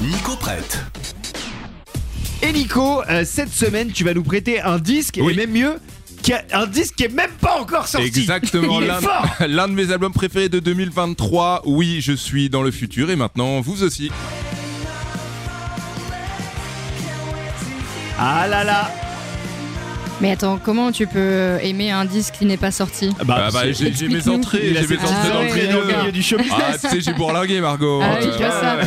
Nico prête. Et Nico, euh, cette semaine, tu vas nous prêter un disque, Oui. et même mieux, qui a- un disque qui est même pas encore sorti. Exactement, Il est l'un fort. l'un de mes albums préférés de 2023. Oui, je suis dans le futur et maintenant vous aussi. Ah là là. Mais attends, comment tu peux aimer un disque qui n'est pas sorti Ah bah, j'ai j'ai mes Explique-nous. entrées, j'ai mes Il a entrées Ah dans le ouais, Il est dans le milieu créneau. du show. Ah, tu sais, j'ai bourlingué, Margot. Ah oui, Euh, tu vois ça.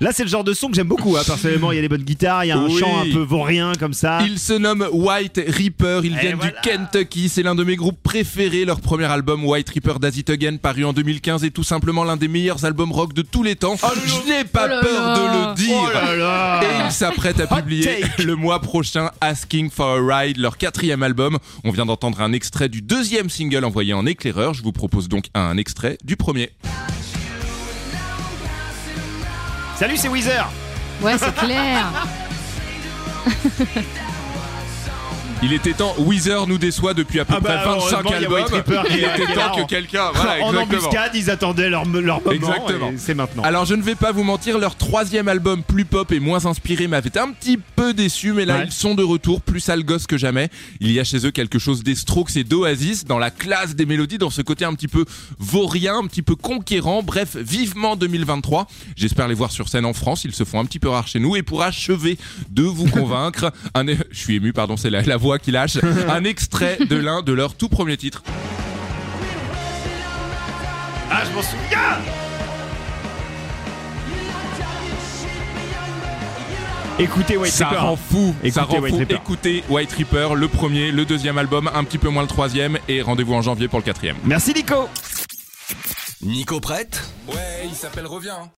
Là, c'est le genre de son que j'aime beaucoup. hein, Personnellement, il y a des bonnes guitares, il y a un Oui. chant un peu vaurien comme ça. Ils Euh, se nomment White Reaper, ils Eh Et viennent voilà. du Kentucky, c'est l'un de mes groupes préférés, leur premier album White Reaper d'Az It Again paru en 2015 est tout simplement l'un des meilleurs albums rock de tous les temps. je n'ai pas Oh là peur là. de le dire. Oh là là. Et ils s'apprêtent à publier take. le mois prochain Asking for a Ride, leur quatrième album. On vient d'entendre un extrait du deuxième single envoyé en éclaireur. Je vous propose donc un extrait du premier. Salut, c'est Weezer. Ouais, c'est clair. Il était temps, Weezer nous déçoit depuis à peu Ah bah, près 25 heureusement, il y a White albums. Reaper qui est- Il qui était est temps là en- que quelqu'un. Voilà, en exactement. embuscade, ils attendaient leur, leur moment. Exactement. Ah, et C'est maintenant. Alors je ne vais pas vous mentir, leur troisième album plus pop et moins inspiré m'avait un petit peu déçu, mais là Ouais. ils sont de retour plus sale gosse que jamais. Il y a chez eux quelque chose des Strokes et d'Oasis dans la classe des mélodies, dans ce côté un petit peu vaurien, un petit peu conquérant. Bref, vivement 2023. J'espère les voir sur scène en France. Ils se font un petit peu rares chez nous et pour achever de vous convaincre, un... je suis ému, pardon, c'est la, la voix qui lâche. Un extrait de l'un de leurs tout premiers titres. Ah, je m'en souviens Écoutez White ça Pepper. rend fou. Écoutez ça rend White fou. Reaper. Écoutez White Reaper, le premier, le deuxième album, un petit peu moins le troisième, et rendez-vous en janvier pour le quatrième. Merci Nico Nico prête Ouais, il s'appelle Reviens. hein.